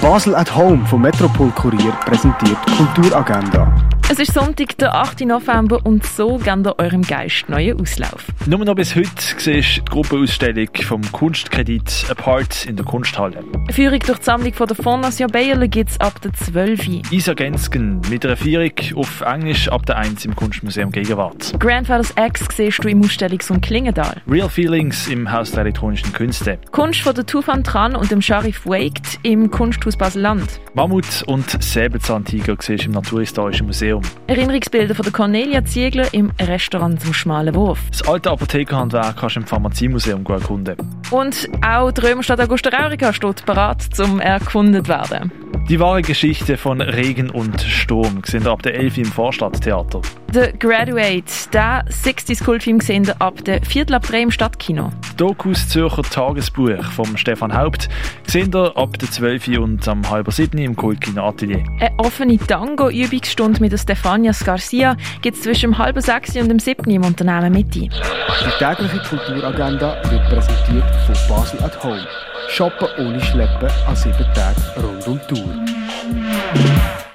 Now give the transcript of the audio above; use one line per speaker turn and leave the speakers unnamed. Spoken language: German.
Basel at Home vom Metropol Kurier präsentiert Kulturagenda.
Es ist Sonntag, der 8. November und so geben ihr eurem Geist neuen Auslauf.
Nur noch bis heute siehst du die Gruppenausstellung vom Kunstkredit Apart in der Kunsthalle.
Eine Führung durch die Sammlung von der Fondation Bayerle gibt es ab der 12. Uhr.
Isa Gensken mit einer Vierung auf Englisch ab der 1 im Kunstmuseum Gegenwart.
Grandfather's Ex siehst du im Ausstellungs- und Klingendal.
Real Feelings im Haus der elektronischen Künste.
Kunst von der Tufan Tran und dem Sharif Waked im Kunsthaus Basel-Land.
Mammut und Säbelzahntiger siehst du im Naturhistorischen Museum.
Erinnerungsbilder von der Cornelia Ziegler im Restaurant zum Schmalen Wurf.
Das alte Apothekerhandwerk kannst du im Pharmaziemuseum gut erkunden.
Und auch die Römerstadt Augusta Raurica steht parat zum erkundet werden.
Die wahre Geschichte von Regen und Sturm sind ab der 11 Uhr im Vorstadttheater.
The Graduate, der 60s-Kultfilm sehen ihr ab der 4. April im Stadtkino.
Dokus Zürcher Tagesbuch vom Stefan Haupt seht ihr ab der 12 Uhr und am halb 7 Uhr im Kultkino Atelier.
Eine offene Tango-Übungsstunde mit der Stefania Scarcia gibt es zwischen dem halben 6 und dem 7 im Unternehmen Mitte.
Die tägliche Kulturagenda wird präsentiert von Basel at Home. Shoppen ohne Schleppen an sieben Tagen rund um die Uhr.